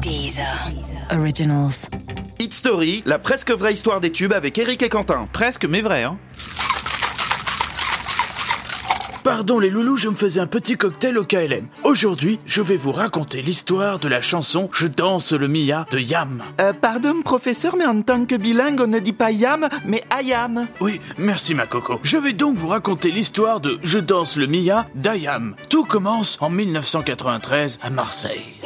Deezer. Originals. Hit Story, la presque vraie histoire des tubes avec Eric et Quentin. Presque, mais vrai, hein. Pardon les loulous, je me faisais un petit cocktail au KLM. Aujourd'hui, je vais vous raconter l'histoire de la chanson Je danse le Mia de Yam. Euh, pardon, professeur, mais en tant que bilingue, on ne dit pas yam, mais ayam. Oui, merci ma coco. Je vais donc vous raconter l'histoire de Je danse le Mia d'Ayam. Tout commence en 1993 à Marseille.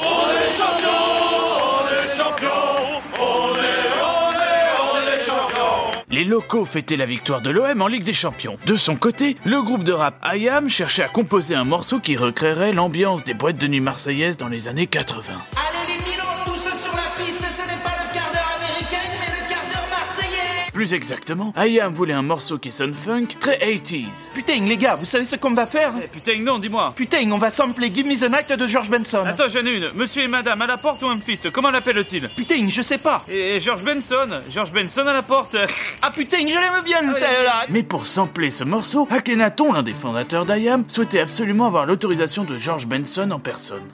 Les locaux fêtaient la victoire de l'OM en Ligue des Champions. De son côté, le groupe de rap IAM cherchait à composer un morceau qui recréerait l'ambiance des boîtes de nuit marseillaises dans les années 80. Allez les Milans, tous sur la piste, ce n'est pas le quart d'heure américain, mais le quart d'heure marseillais Plus exactement, IAM voulait un morceau qui sonne funk, très 80s. Putain, les gars, vous savez ce qu'on va faire hein Putain, non, dis-moi. Putain, on va sampler Give Me the Night de George Benson. Attends, j'en ai une. Monsieur et madame à la porte ou un fist Comment l'appelle-t-il Putain, je sais pas. Et George Benson. George Benson à la porte. Ah putain, je l'aime bien, celle-là. Mais pour sampler ce morceau, Akhenaton, l'un des fondateurs d'IAM, souhaitait absolument avoir l'autorisation de George Benson en personne.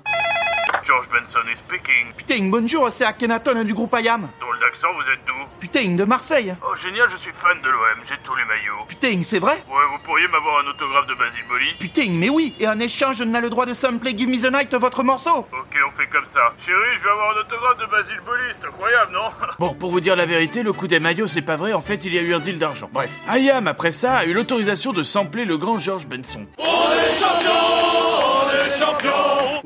George Benson is speaking. Putain, bonjour, c'est Akhenaton du groupe Ayam. Drôle d'accent, vous êtes d'où Putain, de Marseille. Oh, génial, je suis fan de l'OM, j'ai tous les maillots. Putain, c'est vrai Ouais, vous pourriez m'avoir un autographe de Basile Boli Putain, mais oui, et en échange, on a le droit de sampler Give Me the Night, votre morceau. Ok, on fait comme ça. Chérie, je vais avoir un autographe de Basile Boli, c'est incroyable, non Bon, pour vous dire la vérité, le coup des maillots, c'est pas vrai, en fait, il y a eu un deal d'argent. Bref, IAM, après ça, a eu l'autorisation de sampler le grand George Benson.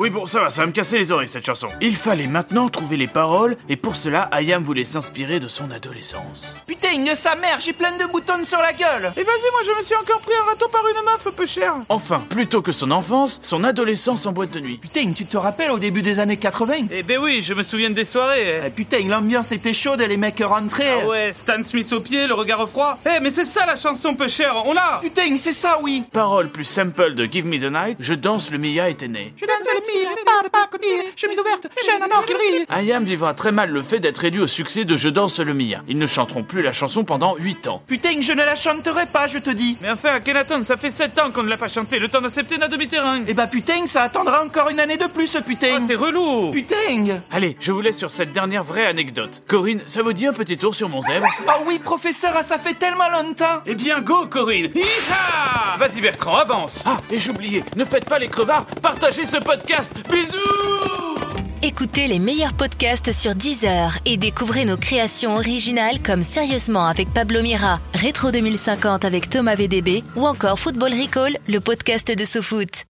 Oui, bon, ça va, ça va me casser les oreilles, cette chanson. Il fallait maintenant trouver les paroles, et pour cela, IAM voulait s'inspirer de son adolescence. Putain, de sa mère, j'ai plein de boutons sur la gueule. Et Eh, vas-y, moi, je me suis encore pris un râteau par une meuf, peu cher. Enfin, plutôt que son enfance, son adolescence en boîte de nuit. Putain, tu te rappelles au début des années 80 Eh ben oui, je me souviens des soirées. Ah, Putain, l'ambiance était chaude et les mecs rentraient. Ah ouais, Stan Smith au pied, le regard au froid. Eh, mais c'est ça la chanson peu chère, on l'a Putain, c'est ça, oui. Parole plus simple de Give Me the Night, Je danse le Mia était né. Je danse le pire, pas de pas copine, chemise ouverte, chaîne en or qui brille IAM vivra très mal le fait d'être élu au succès de Je danse le Mia. Ils ne chanteront plus la chanson pendant 8 ans. Putain, je ne la chanterai pas, je te dis. Mais enfin, Akhenaton, ça fait 7 ans qu'on ne l'a pas chanté, le temps d'accepter notre demi-terrain. Eh bah putain, ça attendra encore une année de plus, ce putain. Oh, T'es relou Putain Allez, je vous laisse sur cette dernière vraie anecdote. Corinne, ça vous dit un petit tour sur mon zèbre Oh oui, professeur, ça fait tellement longtemps. Eh bien, go, Corinne Hi-ha Vas-y Bertrand, avance Ah, et j'oubliais, ne faites pas les crevards, partagez ce podcast Bisous Écoutez les meilleurs podcasts sur Deezer et découvrez nos créations originales comme Sérieusement avec Pablo Mira, Rétro 2050 avec Thomas VDB ou encore Football Recall, le podcast de sous-foot.